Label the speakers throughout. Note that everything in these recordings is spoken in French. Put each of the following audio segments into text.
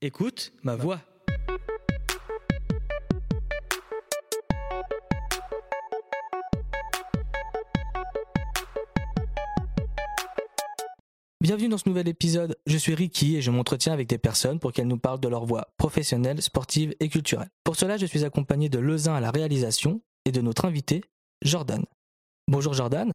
Speaker 1: Écoute ma voix. Bienvenue dans ce nouvel épisode. Je suis Ricky et je m'entretiens avec des personnes pour qu'elles nous parlent de leur voie professionnelle, sportive et culturelle. Pour cela, je suis accompagné de Lezin à la réalisation et de notre invité, Jordan. Bonjour Jordan.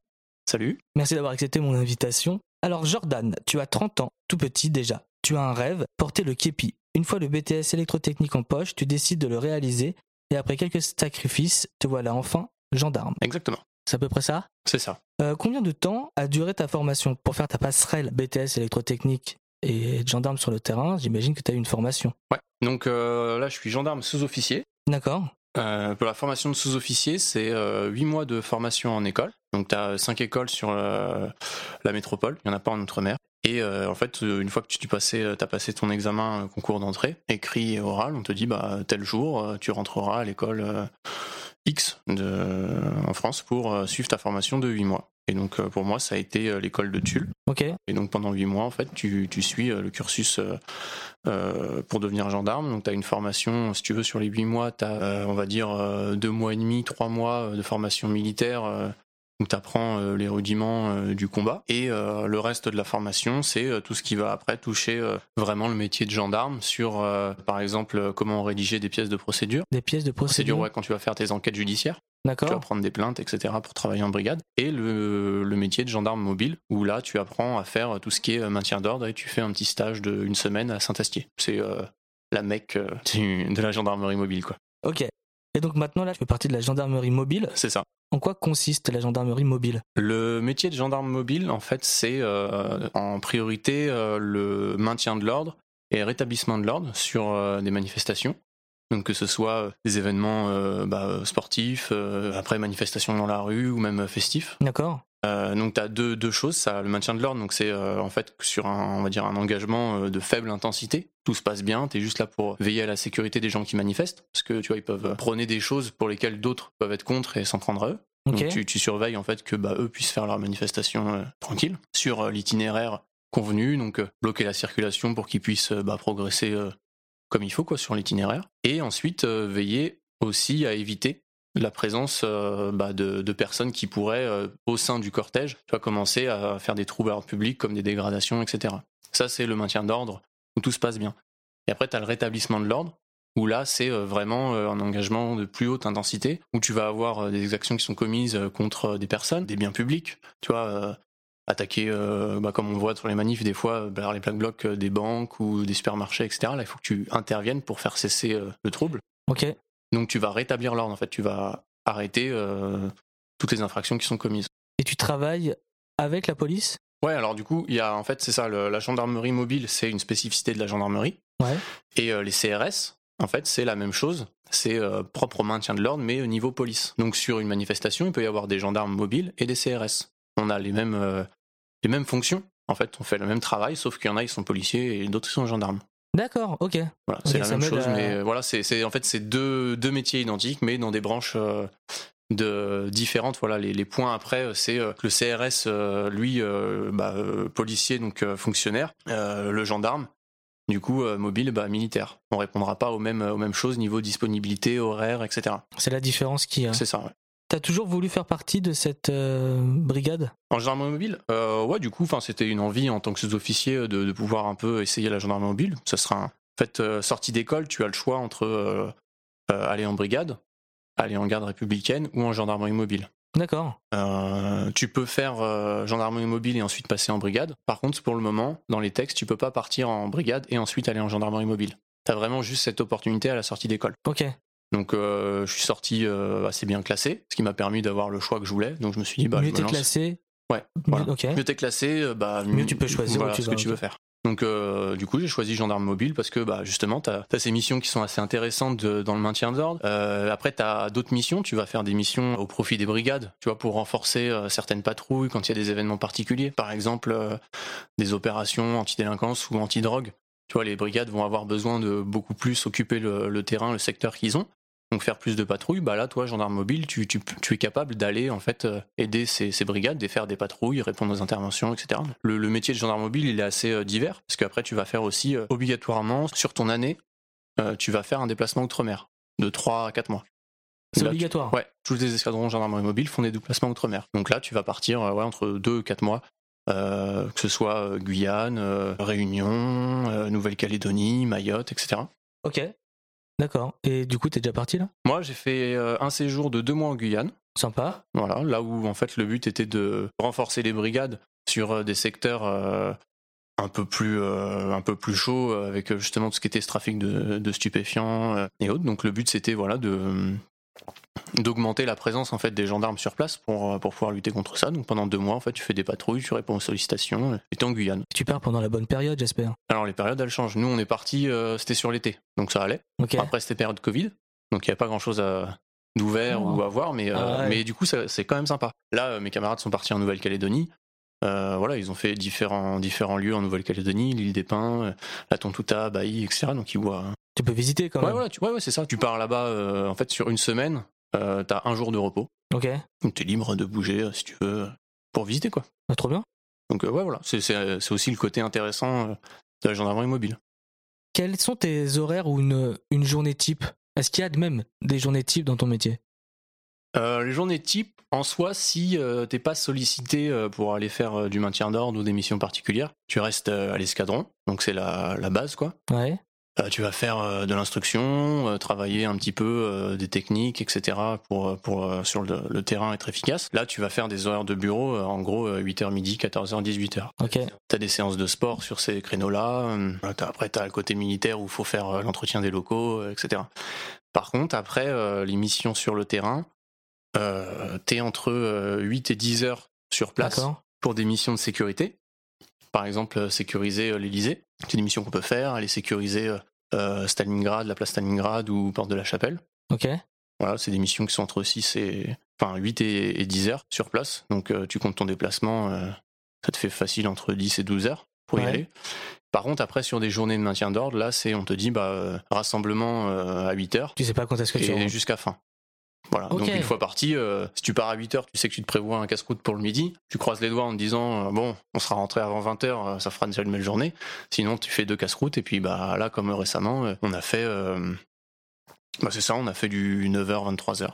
Speaker 2: Salut.
Speaker 1: Merci d'avoir accepté mon invitation. Alors Jordan, tu as 30 ans, tout petit déjà. Tu as un rêve, porter le képi. Une fois le BTS électrotechnique en poche, tu décides de le réaliser et après quelques sacrifices, te voilà enfin gendarme.
Speaker 2: Exactement.
Speaker 1: C'est à peu près ça
Speaker 2: C'est ça.
Speaker 1: Euh, Combien de temps a duré ta formation pour faire ta passerelle BTS électrotechnique et gendarme sur le terrain J'imagine que tu as eu une formation.
Speaker 2: Ouais. Donc euh, là, je suis gendarme sous-officier.
Speaker 1: D'accord
Speaker 2: Euh, pour la formation de sous-officier, c'est 8 mois de formation en école. Donc tu as 5 écoles sur euh, la métropole, il n'y en a pas en Outre-mer. Et euh, en fait, euh, une fois que tu t'es passé, as passé ton examen euh, concours d'entrée, écrit et oral, on te dit bah tel jour, euh, tu rentreras à l'école euh, X de, en France pour euh, suivre ta formation de 8 mois. Et donc euh, pour moi, ça a été euh, l'école de Tulle.
Speaker 1: Ok.
Speaker 2: Et donc pendant huit mois, en fait, tu, tu suis euh, le cursus euh, euh, pour devenir gendarme. Donc tu as une formation, si tu veux, sur les huit mois, tu as, on va dire, euh, deux mois et demi, trois mois euh, de formation militaire euh, où tu apprends les rudiments euh, du combat. Et euh, le reste de la formation, c'est euh, tout ce qui va après toucher euh, vraiment le métier de gendarme sur, euh, par exemple, euh, comment rédiger des pièces de procédure.
Speaker 1: Des pièces de procédure.
Speaker 2: Procédure, Ah, ouais, quand tu vas faire tes enquêtes judiciaires tu vas
Speaker 1: D'accord.
Speaker 2: prendre des plaintes, etc., pour travailler en brigade. Et le, le métier de gendarme mobile, où là, tu apprends à faire tout ce qui est euh, maintien d'ordre et tu fais un petit stage d'une semaine à Saint-Astier. C'est euh, la mecque euh, du- de la gendarmerie mobile, quoi.
Speaker 1: Ok. Et donc maintenant là, tu fais partie de la gendarmerie mobile.
Speaker 2: C'est ça.
Speaker 1: En quoi consiste la gendarmerie mobile
Speaker 2: Le métier de gendarme mobile, en fait, c'est euh, en priorité euh, le maintien de l'ordre et rétablissement de l'ordre sur euh, des manifestations. Donc que ce soit euh, des événements euh, bah, sportifs, euh, après manifestations dans la rue ou même euh, festifs.
Speaker 1: D'accord
Speaker 2: Euh, donc tu as deux, deux choses, ça, le maintien de l'ordre, donc c'est euh, en fait sur un, on va dire un engagement euh, de faible intensité, tout se passe bien, tu es juste là pour veiller à la sécurité des gens qui manifestent, parce que tu vois, ils peuvent euh, prôner des choses pour lesquelles d'autres peuvent être contre et s'en prendre à eux.
Speaker 1: Ok.
Speaker 2: Donc tu, tu surveilles en fait que bah, eux puissent faire leur manifestation euh, tranquille, sur euh, l'itinéraire convenu, donc euh, bloquer la circulation pour qu'ils puissent euh, bah, progresser euh, comme il faut quoi sur l'itinéraire, et ensuite euh, veiller aussi à éviter la présence euh, bah, de, de personnes qui pourraient, euh, au sein du cortège, tu vois, commencer à faire des troubles à l'ordre public comme des dégradations, etc. Ça, c'est le maintien d'ordre où tout se passe bien. Et après, tu as le rétablissement de l'ordre, où là, c'est euh, vraiment euh, un engagement de plus haute intensité, où tu vas avoir euh, des actions qui sont commises euh, contre euh, des personnes, des biens publics, tu vois, euh, attaquer, euh, bah, comme on voit sur les manifs, des fois, euh, bah, les plaques blocs euh, des banques ou des supermarchés, etc. Là, il faut que tu interviennes pour faire cesser euh, le trouble.
Speaker 1: Ok.
Speaker 2: Donc tu vas rétablir l'ordre, en fait, tu vas arrêter euh, toutes les infractions qui sont commises.
Speaker 1: Et tu travailles avec la police
Speaker 2: Ouais, alors du coup, il y a en fait, c'est ça, le- la gendarmerie mobile, c'est une spécificité de la gendarmerie.
Speaker 1: Ouais.
Speaker 2: Et euh, les CRS, en fait, c'est la même chose, c'est euh, propre au maintien de l'ordre, mais au niveau police. Donc sur une manifestation, il peut y avoir des gendarmes mobiles et des CRS. On a les mêmes, euh, les mêmes fonctions, en fait, on fait le même travail, sauf qu'il y en a, ils sont policiers et d'autres, ils sont gendarmes.
Speaker 1: D'accord, ok.
Speaker 2: Voilà,
Speaker 1: Ok,
Speaker 2: c'est la
Speaker 1: ça
Speaker 2: même
Speaker 1: m'aide
Speaker 2: chose,
Speaker 1: à-
Speaker 2: mais euh, voilà, c'est c'est- en fait c'est deux, deux métiers identiques, mais dans des branches euh, de, différentes. Voilà, les, les points après, euh, c'est euh, que le CRS, euh, lui, euh, bah, euh, policier, donc euh, fonctionnaire, euh, le gendarme, du coup euh, mobile, bah, militaire. On répondra pas aux mêmes, aux mêmes choses niveau disponibilité, horaire, etc.
Speaker 1: C'est la différence qui. euh,
Speaker 2: C'est ça. ouais.
Speaker 1: T'as toujours voulu faire partie de cette euh, brigade
Speaker 2: En gendarmerie mobile, euh, ouais, du coup, enfin, c'était une envie en tant que sous-officier de, de pouvoir un peu essayer la gendarmerie mobile. Ça sera un... En fait, euh, sortie d'école, tu as le choix entre euh, euh, aller en brigade, aller en garde républicaine ou en gendarmerie mobile.
Speaker 1: D'accord.
Speaker 2: Euh, tu peux faire euh, gendarmerie mobile et ensuite passer en brigade. Par contre, pour le moment, dans les textes, tu peux pas partir en brigade et ensuite aller en gendarmerie mobile. T'as vraiment juste cette opportunité à la sortie d'école.
Speaker 1: Ok.
Speaker 2: Donc, euh, je suis sorti euh, assez bien classé, ce qui m'a permis d'avoir le choix que je voulais. Donc, je me suis dit, bah,
Speaker 1: mieux
Speaker 2: je
Speaker 1: t'es
Speaker 2: me lance.
Speaker 1: classé.
Speaker 2: Ouais,
Speaker 1: Mieux-
Speaker 2: voilà.
Speaker 1: Ok.
Speaker 2: Mieux t'es classé, euh, bah,
Speaker 1: Mieux tu peux choisir
Speaker 2: voilà
Speaker 1: où tu
Speaker 2: ce
Speaker 1: vas,
Speaker 2: que tu
Speaker 1: ok.
Speaker 2: veux faire. Donc euh, du coup j'ai choisi gendarme mobile parce que bah, justement t'as as ces missions qui sont assez intéressantes de- dans le maintien de l'ordre. Euh, après t'as d'autres missions, tu vas faire des missions au profit des brigades, tu vois pour renforcer euh, certaines patrouilles quand il y a des événements particuliers, par exemple euh, des opérations anti-délinquance ou anti-drogue. Tu vois les brigades vont avoir besoin de beaucoup plus occuper le, le terrain, le secteur qu'ils ont. donc faire plus de patrouilles, bah là, toi, gendarme mobile, tu, tu, tu es capable d'aller en fait euh, aider ces, ces brigades, de faire des patrouilles, répondre aux interventions, etc. Le, le métier de gendarme mobile, il est assez euh, divers, parce qu'après, tu vas faire aussi euh, obligatoirement sur ton année, euh, tu vas faire un déplacement outre-mer de 3 à 4 mois.
Speaker 1: C'est
Speaker 2: Là, tu-
Speaker 1: obligatoire.
Speaker 2: Ouais, tous les escadrons gendarmerie mobile font des déplacements outre-mer. Donc là, tu vas partir euh, ouais, entre 2 et 4 mois, euh, que ce soit euh, Guyane, euh, Réunion, euh, Nouvelle-Calédonie, Mayotte, etc.
Speaker 1: Ok. D'accord. Et du coup, t'es déjà parti là
Speaker 2: Moi, j'ai fait euh, un séjour de 2 mois en Guyane,
Speaker 1: Sympa.
Speaker 2: voilà, là où en fait le but était de renforcer les brigades sur euh, des secteurs euh, un peu plus euh, un peu plus chauds euh, avec euh, justement tout ce qui était ce trafic de, de stupéfiants euh, et autres. Donc le but c'était voilà de euh, d'augmenter la présence en fait des gendarmes sur place pour, euh, pour pouvoir lutter contre ça. Donc pendant deux mois en fait tu fais des patrouilles, tu réponds aux sollicitations euh, et t'es en Guyane.
Speaker 1: Tu pars pendant la bonne période, j'espère.
Speaker 2: Alors les périodes elles changent. Nous on est parti c'était sur l'été donc ça allait.
Speaker 1: Ok.
Speaker 2: Après, c'était période Covid, donc il n'y a pas grand chose à d'ouvert
Speaker 1: Non.
Speaker 2: ou à voir, mais, euh,
Speaker 1: Ah ouais.
Speaker 2: mais du coup, ça- c'est quand même sympa. Là, euh, mes camarades sont partis en Nouvelle-Calédonie. Euh, voilà, ils ont fait différents, différents lieux en Nouvelle-Calédonie, l'île des Pins, euh, la Tontouta, Bailly, etc. Donc ils voient. hein.
Speaker 1: Tu peux visiter quand
Speaker 2: Ouais,
Speaker 1: même.
Speaker 2: voilà, tu- ouais, ouais, c'est ça. Tu pars là-bas, euh, en fait, sur une semaine, euh, t'as un jour de repos.
Speaker 1: Ok.
Speaker 2: Donc t'es libre de bouger euh, si tu veux euh, pour visiter, quoi.
Speaker 1: Ah, trop bien.
Speaker 2: Donc euh, ouais, voilà, c'est c'est, euh, c'est aussi le côté intéressant euh, de la gendarmerie mobile.
Speaker 1: Quels sont tes horaires ou une, une journée type Est-ce qu'il y a de même des journées types dans ton métier
Speaker 2: Euh, les journées type, en soi, si euh, t'es pas sollicité euh, pour aller faire euh, du maintien d'ordre ou des missions particulières, tu restes euh, à l'escadron, donc c'est la, la base quoi.
Speaker 1: Ouais.
Speaker 2: Euh, tu vas faire euh, de l'instruction, euh, travailler un petit peu euh, des techniques, etc. pour, euh, pour euh, sur le, le terrain être efficace. Là, tu vas faire des horaires de bureau, euh, en gros euh, 8h midi, 14h, 18h.
Speaker 1: Ok.
Speaker 2: T'as des séances de sport sur ces créneaux-là. euh, voilà, t'as- Après, t'as le côté militaire où il faut faire euh, l'entretien des locaux, euh, etc. Par contre, après, euh, les missions sur le terrain, euh, t'es entre euh, 8 et 10 heures sur place
Speaker 1: D'accord.
Speaker 2: pour des missions de sécurité. Par exemple, euh, sécuriser euh, l'Elysée. C'est des missions qu'on peut faire, aller sécuriser euh, euh, Stalingrad, la place Stalingrad ou Porte de la Chapelle.
Speaker 1: Ok.
Speaker 2: Voilà, c'est des missions qui sont entre 6 et... Enfin, 8 et, et 10 heures sur place. Donc, euh, tu comptes ton déplacement, euh, ça te fait facile entre 10 et 12 heures pour y
Speaker 1: Ouais.
Speaker 2: aller. Par contre, après, sur des journées de maintien d'ordre, là, c'est on te dit bah, euh, rassemblement euh, à 8 heures
Speaker 1: Tu sais pas quand est-ce que tu
Speaker 2: et
Speaker 1: rentres.
Speaker 2: jusqu'à fin. Voilà,
Speaker 1: Ok.
Speaker 2: donc une fois parti, euh, si tu pars à 8h, tu sais que tu te prévois un casse-croûte pour le midi, tu croises les doigts en te disant euh, bon, on sera rentré avant 20h, ça fera déjà une belle journée. Sinon, tu fais deux casse-croûtes et puis bah là comme récemment, euh, on a fait euh, bah c'est ça, on a fait du 9h 23h.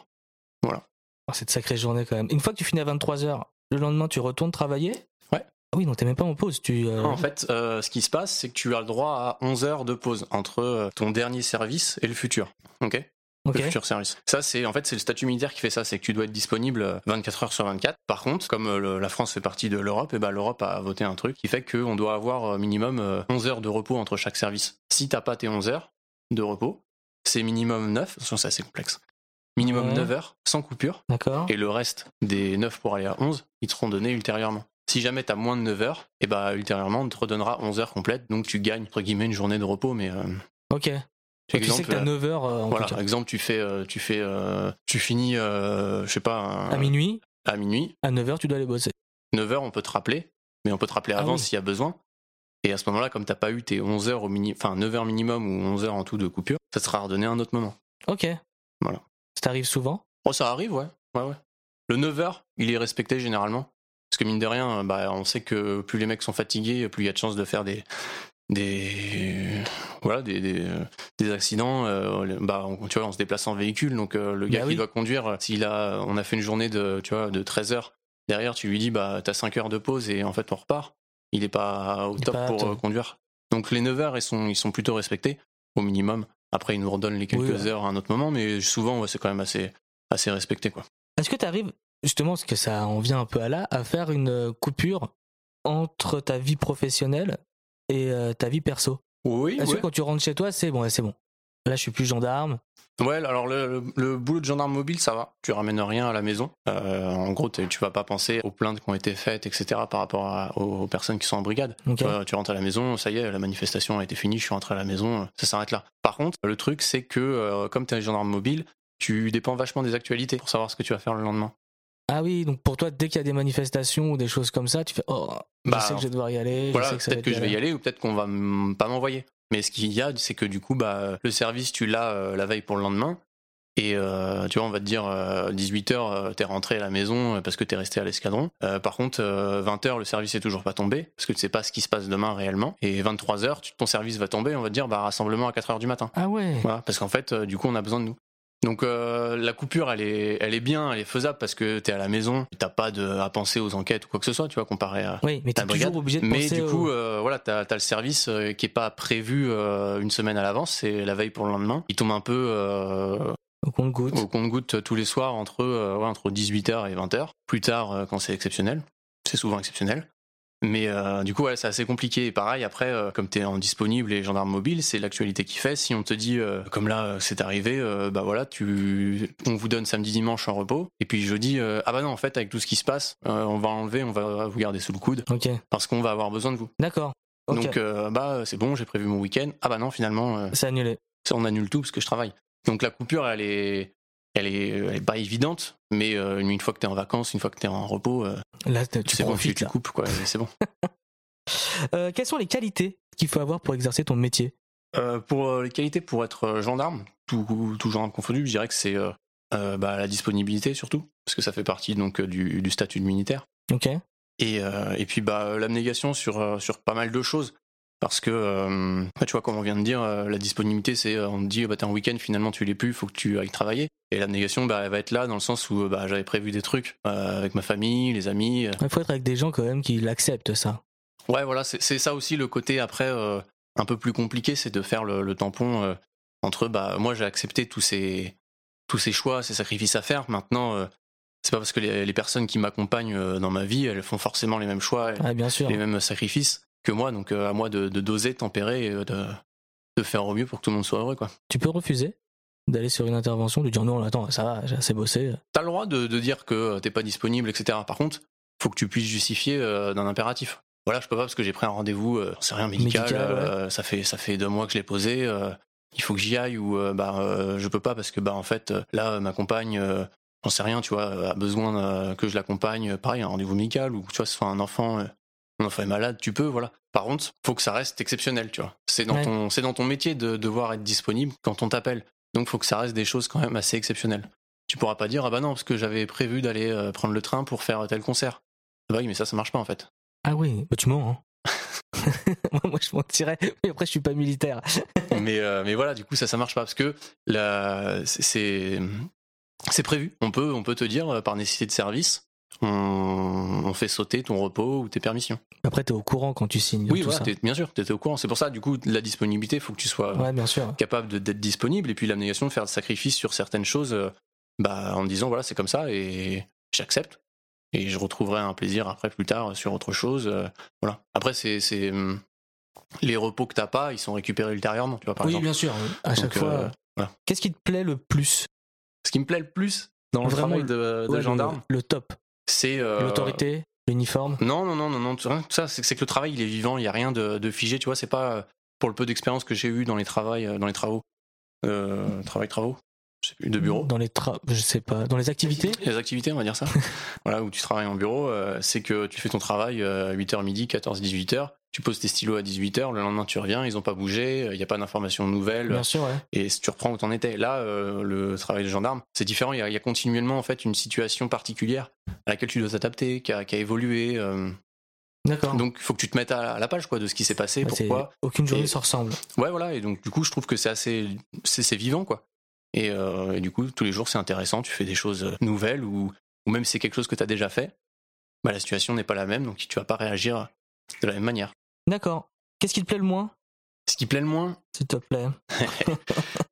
Speaker 1: Ah, c'est de sacrée journée quand même. Une fois que tu finis à 23h, le lendemain, tu retournes travailler
Speaker 2: Ouais.
Speaker 1: Ah oui, non, t'es même pas en pause. Tu, euh,
Speaker 2: En fait, euh, ce qui se passe, c'est que tu as le droit à 11 heures de pause entre euh, ton dernier service et le futur. OK
Speaker 1: ok.
Speaker 2: le futur service. Ça, c'est en fait c'est le statut militaire qui fait ça, c'est que tu dois être disponible euh, 24 heures sur 24. Par contre, comme euh, le- la France fait partie de l'Europe, et ben l'Europe a voté un truc qui fait qu'on doit avoir euh, minimum euh, 11 heures de repos entre chaque service. Si t'as pas tes 11 heures de repos, c'est minimum 9. Attention, c'est assez complexe. Minimum
Speaker 1: Ouais.
Speaker 2: 9 heures sans coupure,
Speaker 1: D'accord.
Speaker 2: et le reste des 9 pour aller à 11, ils te seront donnés ultérieurement. Si jamais t'as moins de 9 heures, et ben ultérieurement on te redonnera 11 heures complètes, donc tu gagnes entre guillemets une journée de repos, mais euh,
Speaker 1: Ok. Et tu sais que
Speaker 2: exemple,
Speaker 1: t'as
Speaker 2: euh,
Speaker 1: 9h en
Speaker 2: voilà,
Speaker 1: futur.
Speaker 2: par exemple, tu fais, euh, tu fais, euh, tu finis, euh, je sais pas, un-
Speaker 1: À minuit,
Speaker 2: à minuit.
Speaker 1: à 9h, tu dois aller bosser.
Speaker 2: 9 h on peut te rappeler, mais on peut te rappeler
Speaker 1: Ah
Speaker 2: avant
Speaker 1: oui.
Speaker 2: s'il y a besoin. Et à ce moment-là, comme t'as pas eu tes 11 heures au mini, enfin 9 h minimum ou 11 heures en tout de coupure, ça te sera redonné à un autre moment.
Speaker 1: Ok.
Speaker 2: Voilà.
Speaker 1: Ça t'arrive souvent
Speaker 2: Oh, ça arrive, ouais, ouais, ouais. Le 9 h il est respecté généralement, parce que mine de rien, bah, on sait que plus les mecs sont fatigués, plus il y a de chances de faire des des voilà des, des, des accidents euh, bah on, tu vois on se déplace en véhicule donc euh, le gars
Speaker 1: Bah
Speaker 2: qui
Speaker 1: oui.
Speaker 2: doit conduire s'il a on a fait une journée de tu vois de 13 heures derrière tu lui dis bah t'as 5 heures de pause et en fait on repart il est pas au
Speaker 1: Il est
Speaker 2: top
Speaker 1: pas
Speaker 2: pour
Speaker 1: top.
Speaker 2: euh, conduire donc les 9 heures ils sont ils sont plutôt respectés au minimum après ils nous redonnent les quelques
Speaker 1: Oui, ouais.
Speaker 2: heures à un autre moment mais souvent ouais, c'est quand même assez assez respecté quoi
Speaker 1: Est-ce que t'arrives, justement, parce que ça en vient un peu à là, à faire une euh, coupure entre ta vie professionnelle et euh, ta vie perso
Speaker 2: oui
Speaker 1: Est-ce que quand tu rentres chez toi, c'est bon, ouais, c'est bon. Là, je suis plus gendarme.
Speaker 2: Ouais, alors le, le- le boulot de gendarme mobile, ça va. Tu ramènes rien à la maison. Euh, en gros, t'es- tu vas pas penser aux plaintes qui ont été faites, etc. par rapport à- aux, aux personnes qui sont en brigade. Euh,
Speaker 1: Ok.
Speaker 2: Tu vois, tu rentres à la maison, ça y est, la manifestation a été finie, je suis rentré à la maison, ça s'arrête là. Par contre, le truc, c'est que euh, comme t'es un gendarme mobile, tu dépends vachement des actualités pour savoir ce que tu vas faire le lendemain.
Speaker 1: Ah oui, donc pour toi, dès qu'il y a des manifestations ou des choses comme ça, tu fais Oh,
Speaker 2: Bah,
Speaker 1: je sais que je vais devoir y aller. je
Speaker 2: Voilà,
Speaker 1: sais que ça va
Speaker 2: peut-être
Speaker 1: être
Speaker 2: que je vais y
Speaker 1: galère.
Speaker 2: aller ou peut-être qu'on va m- pas m'envoyer. Mais ce qu'il y a, c'est que du coup, bah, le service, tu l'as euh, la veille pour le lendemain. Et euh, tu vois, on va te dire 18h, t'es rentré à la maison euh, parce que t'es resté à l'escadron. Euh, par contre, 20h, le service est toujours pas tombé parce que tu sais pas ce qui se passe demain réellement. Et 23h, tu- ton service va tomber, on va te dire bah, rassemblement à 4h du matin.
Speaker 1: Ah ouais.
Speaker 2: Voilà, parce qu'en fait, euh, du coup, on a besoin de nous. Donc euh, la coupure, elle est, elle est bien, elle est faisable parce que t'es à la maison, t'as pas de, à penser aux enquêtes ou quoi que ce soit, tu vois, comparé à,
Speaker 1: Oui, mais
Speaker 2: ta
Speaker 1: t'es
Speaker 2: Ah, brigade.
Speaker 1: toujours obligé de
Speaker 2: mais
Speaker 1: penser
Speaker 2: du
Speaker 1: au-
Speaker 2: coup, euh, voilà, t'as as le service euh, qui est pas prévu euh, une semaine à l'avance, c'est la veille pour le lendemain. Il tombe un peu euh,
Speaker 1: au compte-goutte.
Speaker 2: au compte-goutte tous les soirs entre, euh, ouais, entre 18h et 20h. Plus tard, euh, quand c'est exceptionnel, c'est souvent exceptionnel. Mais euh, du coup, ouais, c'est assez compliqué. Et pareil, après, euh, comme t'es en disponible et gendarme mobile, c'est l'actualité qui fait. Si on te dit, euh, comme là, euh, c'est arrivé, euh, bah voilà, tu, on vous donne samedi, dimanche en repos. Et puis jeudi, euh, ah bah non, en fait, avec tout ce qui se passe, euh, on va enlever, on va vous garder sous le coude
Speaker 1: Ok,
Speaker 2: parce qu'on va avoir besoin de vous.
Speaker 1: d'accord. Ok,
Speaker 2: Donc euh, bah c'est bon, j'ai prévu mon week-end. Ah bah non, finalement, euh,
Speaker 1: c'est annulé.
Speaker 2: ça, on annule tout parce que je travaille. Donc la coupure, elle est, elle est, elle est pas évidente, mais euh, une fois que t'es en vacances, une fois que t'es en repos, euh,
Speaker 1: Là, t- tu
Speaker 2: c'est bon, tu,
Speaker 1: profites.
Speaker 2: tu
Speaker 1: là.
Speaker 2: coupes quoi, et c'est bon.
Speaker 1: Euh, quelles sont les qualités qu'il faut avoir pour exercer ton métier
Speaker 2: Euh, pour euh, les qualités pour être euh, gendarme, tout, tout gendarme confondu, je dirais que c'est euh, euh, bah, la disponibilité surtout, parce que ça fait partie donc euh, du, du statut de militaire.
Speaker 1: Ok,
Speaker 2: Et, euh, et puis bah, euh, l'abnégation sur, euh, sur pas mal de choses. Parce que, euh, bah, tu vois, comme on vient de dire, euh, la disponibilité, c'est euh, on te dit, euh, bah, t'es en week-end, finalement tu l'es plus, faut que tu ailles travailler. Et l'abnégation, bah, elle va être là dans le sens où euh, bah, j'avais prévu des trucs euh, avec ma famille, les amis. euh.
Speaker 1: il faut être avec des gens quand même qui l'acceptent ça.
Speaker 2: Ouais, voilà, c'est c'est ça aussi le côté après euh, un peu plus compliqué, c'est de faire le, le tampon euh, entre, bah, moi j'ai accepté tous ces, tous ces choix, ces sacrifices à faire. Maintenant, euh, c'est pas parce que les, les personnes qui m'accompagnent euh, dans ma vie, elles font forcément les mêmes choix,
Speaker 1: Ah bien sûr.
Speaker 2: les mêmes sacrifices que moi, donc euh, à moi de, de doser, de tempérer et euh, de, de faire au mieux pour que tout le monde soit heureux. quoi.
Speaker 1: Tu peux refuser d'aller sur une intervention, de dire non, attends, ça va, j'ai assez bossé.
Speaker 2: T'as le droit de, de dire que euh, t'es pas disponible, etc. Par contre, faut que tu puisses justifier euh, d'un impératif. Voilà, je peux pas parce que j'ai pris un rendez-vous, euh, c'est rien médical,
Speaker 1: Médical, ouais.
Speaker 2: euh, ça, fait, ça fait deux mois que je l'ai posé, euh, il faut que j'y aille ou euh, bah, euh, je peux pas parce que bah, en fait, euh, là, euh, ma compagne, euh, j'en sais rien, tu vois, euh, a besoin euh, que je l'accompagne, euh, pareil, un rendez-vous médical ou tu vois, ce soit un enfant. euh, mon enfant est malade, tu peux, voilà. Par contre, faut que ça reste exceptionnel, tu vois. C'est dans,
Speaker 1: Ouais.
Speaker 2: ton, c'est dans ton métier de devoir être disponible quand on t'appelle. Donc, faut que ça reste des choses quand même assez exceptionnelles. Tu pourras pas dire, ah bah non, parce que j'avais prévu d'aller euh, prendre le train pour faire tel concert. Bah oui, mais ça, ça marche pas en fait.
Speaker 1: Ah oui, bah tu mens. Hein. Moi, moi, je mentirais, mais après je suis pas militaire.
Speaker 2: mais, euh, mais voilà, du coup, ça, ça marche pas parce que la- c'est- c'est c'est prévu. On peut, on peut te dire, euh, par nécessité de service, on, on fait sauter ton repos ou tes permissions.
Speaker 1: Après t'es au courant quand tu signes. de
Speaker 2: Oui,
Speaker 1: tout
Speaker 2: voilà,
Speaker 1: ça.
Speaker 2: t'es- bien sûr, t'étais au courant. C'est pour ça, du coup, la disponibilité, faut que tu sois.
Speaker 1: Ouais, bien sûr.
Speaker 2: capable de- d'être disponible et puis l'abnégation de faire le sacrifice sur certaines choses euh, bah, en disant voilà c'est comme ça et j'accepte et je retrouverai un plaisir après plus tard sur autre chose euh, voilà après c'est c'est, hum, les repos que t'as pas ils sont récupérés ultérieurement tu vois par
Speaker 1: oui,
Speaker 2: exemple
Speaker 1: bien sûr. À chaque
Speaker 2: Donc,
Speaker 1: fois.
Speaker 2: euh, voilà.
Speaker 1: Qu'est-ce qui te plaît le plus
Speaker 2: ce qui me plaît le plus dans le
Speaker 1: Vraiment,
Speaker 2: travail de, de
Speaker 1: Ouais, le-
Speaker 2: gendarme
Speaker 1: Le, top.
Speaker 2: c'est euh,
Speaker 1: L'autorité, l'uniforme.
Speaker 2: Non, non, non, non, non, tout rien que ça, c'est que, c'est que le travail, il est vivant, il n'y a rien de, de figé, tu vois, c'est pas, euh, pour le peu d'expérience que j'ai eu dans les, travails, euh, dans les travaux, euh, travail-travaux, je sais plus, de bureau,
Speaker 1: Dans les tra- je sais pas, dans les activités.
Speaker 2: Les activités, on va dire ça, voilà, où tu travailles en bureau, euh, c'est que tu fais ton travail euh, 8h midi, 14, 18h, tu poses tes stylos à 18h, le lendemain tu reviens, ils ont pas bougé, il n'y a pas d'informations nouvelles,
Speaker 1: Bien sûr, ouais.
Speaker 2: et tu reprends où t'en étais. Là, euh, le travail de gendarme, c'est différent. Il y, a, il y a continuellement en fait une situation particulière à laquelle tu dois t'adapter, qui a, qui a évolué. euh,
Speaker 1: D'accord.
Speaker 2: donc, il faut que tu te mettes à, à la page quoi de ce qui s'est passé,
Speaker 1: Ouais, Ah. Bah, c'est-
Speaker 2: pourquoi.
Speaker 1: Aucune journée
Speaker 2: Et-
Speaker 1: se ressemble.
Speaker 2: Ouais, voilà. Et donc, du coup, je trouve que c'est assez, c'est c'est vivant quoi. Et, euh, et du coup, tous les jours, c'est intéressant. Tu fais des choses euh, nouvelles ou, ou même si c'est quelque chose que tu as déjà fait, bah, la situation n'est pas la même, donc tu vas pas réagir de la même manière.
Speaker 1: D'accord. Qu'est-ce qui te plaît le moins,
Speaker 2: Ce qui plaît le moins,
Speaker 1: s'il te plaît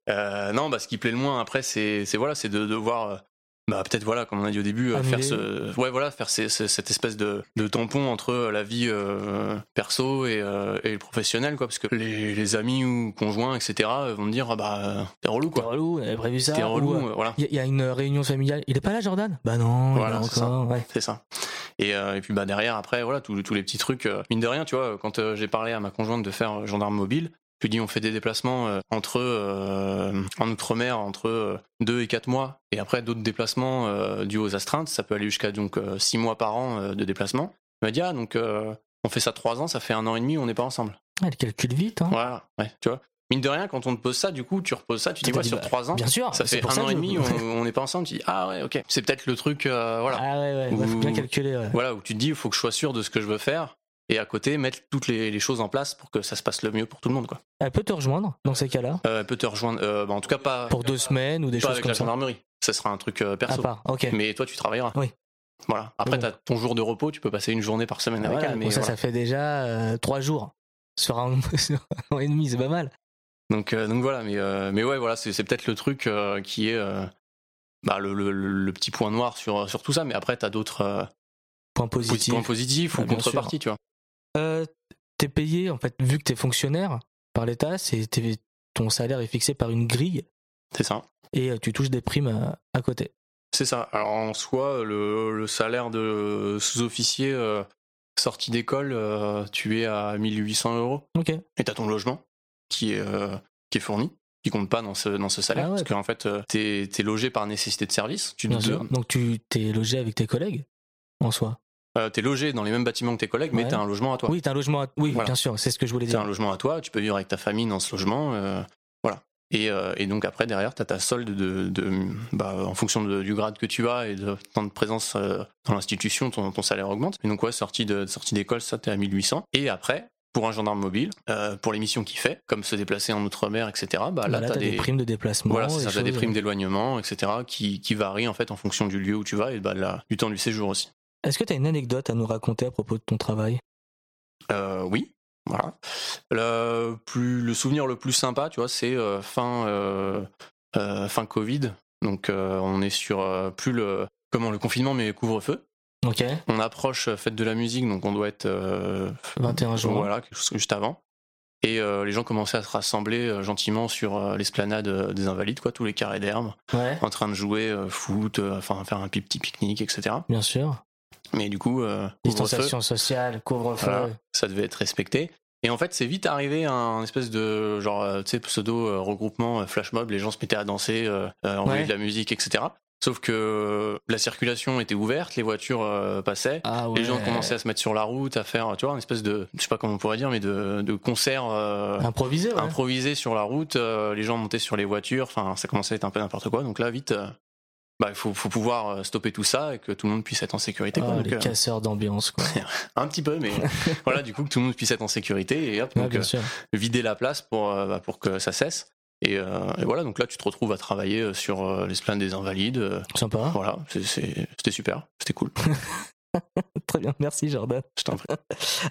Speaker 2: Euh, non, bah, ce qui plaît le moins après, c'est c'est- voilà, c'est de devoir, euh, bah, peut-être voilà, comme on a dit au début, euh,
Speaker 1: Annuler.
Speaker 2: faire ce, ouais, voilà, faire ces- ces- cette espèce de, de tampon entre euh, la vie euh, perso et, euh, et le professionnel, quoi, parce que les, les amis ou conjoints, etc., vont me dire, ah, bah, euh, t'es relou,
Speaker 1: T'es
Speaker 2: quoi,
Speaker 1: relou, on avait prévu ça.
Speaker 2: t'es relou,
Speaker 1: ou, euh,
Speaker 2: euh, voilà,
Speaker 1: Il y, a- il y a une réunion familiale. Il est pas là, Jordan Bah non,
Speaker 2: Voilà,
Speaker 1: il est là
Speaker 2: c'est ça.
Speaker 1: encore. Ouais.
Speaker 2: c'est ça. Et, euh, et puis bah derrière, après, voilà, tous tous les petits trucs, euh, mine de rien, tu vois, quand euh, j'ai parlé à ma conjointe de faire euh, gendarme mobile. Je lui dis on fait des déplacements euh, entre euh, en outre-mer entre 2 et 4 mois et après d'autres déplacements euh, dus aux astreintes, ça peut aller jusqu'à donc 6 mois par an euh, de déplacement. Elle m'a dit ah donc euh, on fait ça 3 ans, ça fait un an et demi, on n'est pas ensemble.
Speaker 1: Ah, Elle calcule vite. Hein.
Speaker 2: Voilà, ouais, tu vois. Mine de rien, quand on te pose ça, du coup, tu reposes ça, tu dis
Speaker 1: T'as
Speaker 2: ouais,
Speaker 1: dit,
Speaker 2: sur
Speaker 1: bah,
Speaker 2: trois ans.
Speaker 1: Bien sûr.
Speaker 2: Ça
Speaker 1: c'est
Speaker 2: fait
Speaker 1: pour
Speaker 2: un an
Speaker 1: que je-
Speaker 2: et demi, on on n'est pas ensemble. Tu dis ah ouais, ok. C'est peut-être le truc, euh, voilà.
Speaker 1: Ah ouais, ouais, ouais, faut
Speaker 2: Ou-
Speaker 1: bien calculer. ouais.
Speaker 2: Voilà, où tu te dis, il faut que je sois sûr de ce que je veux faire, et à côté, mettre toutes les, les choses en place pour que ça se passe le mieux pour tout le monde. Quoi.
Speaker 1: Elle peut te rejoindre dans ces cas-là
Speaker 2: Euh, elle peut te rejoindre, euh, bah, en tout cas pas,
Speaker 1: pour deux semaines ou des
Speaker 2: pas
Speaker 1: choses
Speaker 2: avec la
Speaker 1: comme ça.
Speaker 2: gendarmerie. Ça sera un truc euh,
Speaker 1: À
Speaker 2: perso.
Speaker 1: part, ok.
Speaker 2: Mais toi, tu travailleras.
Speaker 1: Oui.
Speaker 2: Voilà. Après,
Speaker 1: Oui.
Speaker 2: t'as ton jour de repos, tu peux passer une journée par semaine
Speaker 1: Ah,
Speaker 2: avec
Speaker 1: voilà,
Speaker 2: elle.
Speaker 1: bon,
Speaker 2: mais
Speaker 1: ça,
Speaker 2: voilà.
Speaker 1: ça fait déjà euh, trois jours sur un, sur un an et demi, c'est pas mal.
Speaker 2: Donc, euh, donc voilà, mais, euh, mais ouais, voilà, c'est c'est peut-être le truc euh, qui est euh, bah, le, le- le petit point noir sur, sur tout ça. Mais après, t'as d'autres euh,
Speaker 1: Point
Speaker 2: petits
Speaker 1: positif.
Speaker 2: points positifs
Speaker 1: Ah,
Speaker 2: ou
Speaker 1: bien
Speaker 2: contreparties, tu vois.
Speaker 1: Euh, t'es payé, en fait, vu que t'es fonctionnaire par l'État, c'est t'es- ton salaire est fixé par une grille
Speaker 2: C'est ça.
Speaker 1: et euh, tu touches des primes à, à côté.
Speaker 2: C'est ça. Alors en soi, le, le salaire de sous-officier euh, sorti d'école, euh, tu es à 1800 euros.
Speaker 1: Ok.
Speaker 2: Et t'as ton logement qui est, euh, qui est fourni, qui compte pas dans ce, dans ce salaire.
Speaker 1: Ah ouais.
Speaker 2: Parce qu'en fait, euh, t'es es logé par nécessité de service. Tu
Speaker 1: Bien
Speaker 2: te-
Speaker 1: sûr. Donc tu t'es logé avec tes collègues en soi.
Speaker 2: euh, t'es logé dans les mêmes bâtiments que tes collègues, mais
Speaker 1: Ouais.
Speaker 2: t'as un logement à toi.
Speaker 1: Oui, t'as un logement. à- Oui,
Speaker 2: Voilà.
Speaker 1: bien sûr, c'est ce que je voulais
Speaker 2: T'as un
Speaker 1: dire.
Speaker 2: logement à toi, tu peux vivre avec ta famille dans ce logement. euh, voilà. Et, euh, et donc après, derrière, t'as ta solde de, de- bah, en fonction de- du grade que tu as et de temps de présence euh, dans l'institution, ton, ton salaire augmente. Et donc ouais, sortie de sortie d'école, ça t'es à 1800. Et après, pour un gendarme mobile, euh, pour les missions qu'il fait, comme se déplacer en outre-mer, etc. Bah là,
Speaker 1: Voilà,
Speaker 2: t'as des,
Speaker 1: primes de déplacement.
Speaker 2: voilà, c'est
Speaker 1: et
Speaker 2: ça, t'as des
Speaker 1: choses. euh.
Speaker 2: primes d'éloignement, etc. qui, qui varient en fait en fonction du lieu où tu vas et bah, de la- du temps du séjour aussi.
Speaker 1: Est-ce que t'as une anecdote à nous raconter à propos de ton travail
Speaker 2: Euh, oui, voilà. Le, plus, le souvenir le plus sympa, tu vois, c'est euh, fin, euh, euh, fin Covid. Donc, euh, on est sur euh, plus le, comment, le confinement, mais couvre-feu.
Speaker 1: Ok.
Speaker 2: On approche euh, fête de la musique, donc on doit être euh,
Speaker 1: 21 juin.
Speaker 2: Voilà, quelque chose juste avant. Et euh, les gens commençaient à se rassembler euh, gentiment sur euh, l'esplanade euh, des Invalides, quoi, tous les carrés d'herbe,
Speaker 1: Ouais.
Speaker 2: en train de jouer euh, foot, euh, enfin faire un petit pique-nique, etc.
Speaker 1: Bien sûr.
Speaker 2: Mais du coup, euh, couvre-feu,
Speaker 1: Distanciation sociale, couvre-feu.
Speaker 2: Voilà, ça devait être respecté. Et en fait, c'est vite arrivé un espèce de genre, euh, tu sais, pseudo euh, regroupement euh, flash mob. Les gens se mettaient à danser, euh, euh, envoyer
Speaker 1: Ouais.
Speaker 2: de la musique, etc. Sauf que euh, la circulation était ouverte, les voitures euh, passaient.
Speaker 1: Ah ouais.
Speaker 2: Les gens commençaient à se mettre sur la route, à faire, tu vois, une espèce de, je sais pas comment on pourrait dire, mais de, de concert euh,
Speaker 1: improviser. Ah Ouais.
Speaker 2: improvisé sur la route. euh, les gens montaient sur les voitures. Enfin, ça commençait à être un peu n'importe quoi. Donc là, vite, euh, bah, il faut, faut pouvoir euh, stopper tout ça et que tout le monde puisse être en sécurité. quoi.
Speaker 1: Ah,
Speaker 2: Donc,
Speaker 1: les
Speaker 2: euh,
Speaker 1: casseurs d'ambiance quoi.
Speaker 2: un petit peu, mais voilà, du coup, que tout le monde puisse être en sécurité et hop,
Speaker 1: Ouais,
Speaker 2: donc,
Speaker 1: Ah, bien
Speaker 2: euh,
Speaker 1: sûr.
Speaker 2: vider la place pour, euh, bah, pour que ça cesse. Et, euh, et voilà, donc là, tu te retrouves à travailler euh, sur euh, l'esplanade des Invalides. euh,
Speaker 1: Sympa. hein.
Speaker 2: Voilà, c'est- c'est- c'était super, c'était cool.
Speaker 1: Très bien, merci Jordan.
Speaker 2: Je t'en prie.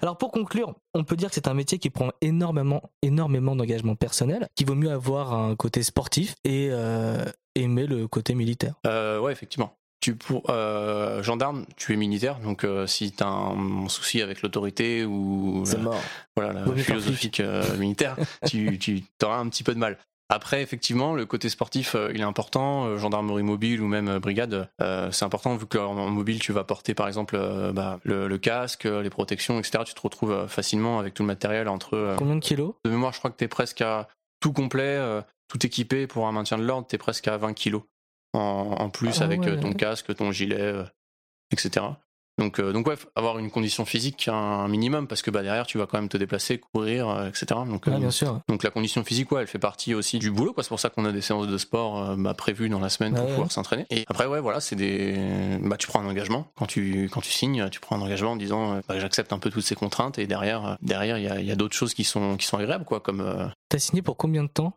Speaker 1: Alors pour conclure, on peut dire que c'est un métier qui prend énormément, énormément d'engagement personnel, qu'il vaut mieux avoir un côté sportif et euh, aimer le côté militaire.
Speaker 2: Euh, ouais, effectivement. Tu pour euh, gendarme, tu es militaire, donc euh, si t'as un, souci avec l'autorité ou euh, la-
Speaker 1: mort.
Speaker 2: voilà, la
Speaker 1: Vaut mieux faire
Speaker 2: philosophique euh, militaire, tu, tu auras un petit peu de mal. Après, effectivement, le côté sportif, euh, il est important. euh, gendarmerie mobile ou même euh, brigade, euh, c'est important vu que en en mobile, tu vas porter par exemple euh, bah, le, le casque, euh, les protections, etc. Tu te retrouves euh, facilement avec tout le matériel entre. euh,
Speaker 1: Combien de kilos
Speaker 2: de mémoire, je crois que tu es presque à tout complet, euh, tout équipé pour un maintien de l'ordre, tu es presque à 20 kilos en, en plus
Speaker 1: Ah
Speaker 2: avec euh,
Speaker 1: ouais.
Speaker 2: ton casque, ton gilet, euh, etc. Donc, euh, donc ouais, faut avoir une condition physique un, un minimum parce que bah, derrière tu vas quand même te déplacer, courir, euh, etc. Donc, euh,
Speaker 1: Ah, Bien sûr.
Speaker 2: donc la condition physique, ouais, elle fait partie aussi du boulot. quoi. C'est pour ça qu'on a des séances de sport euh, bah, prévues dans la semaine pour
Speaker 1: Ouais, ouais.
Speaker 2: pouvoir s'entraîner. Et après, ouais, voilà, c'est des. Bah, tu prends un engagement quand tu quand tu signes, tu prends un engagement en disant, euh, bah, j'accepte un peu toutes ces contraintes. Et derrière, euh, derrière, il y a, il y a d'autres choses qui sont qui sont agréables, quoi. Comme euh,
Speaker 1: T'as signé pour combien de temps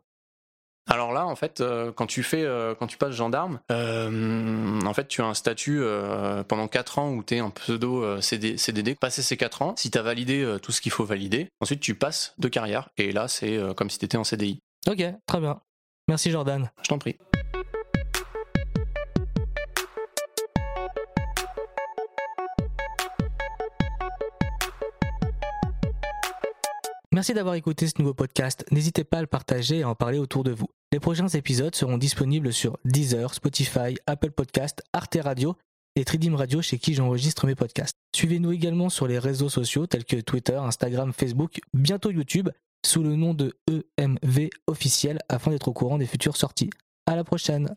Speaker 2: alors là, en fait, euh, quand tu fais, euh, quand tu passes gendarme, euh, en fait, tu as un statut euh, pendant 4 ans où tu es en pseudo euh, CD, CDD. Passé ces 4 ans, si tu as validé euh, tout ce qu'il faut valider, ensuite tu passes de carrière. Et là, c'est euh, comme si tu étais en CDI.
Speaker 1: Ok, très bien. Merci Jordan.
Speaker 2: Je t'en prie.
Speaker 1: Merci d'avoir écouté ce nouveau podcast. N'hésitez pas à le partager et à en parler autour de vous. Les prochains épisodes seront disponibles sur Deezer, Spotify, Apple Podcast, Arte Radio et Tridim Radio chez qui j'enregistre mes podcasts. Suivez-nous également sur les réseaux sociaux tels que Twitter, Instagram, Facebook, bientôt YouTube E sous le nom de EMV officiel afin d'être au courant des futures sorties. À la prochaine.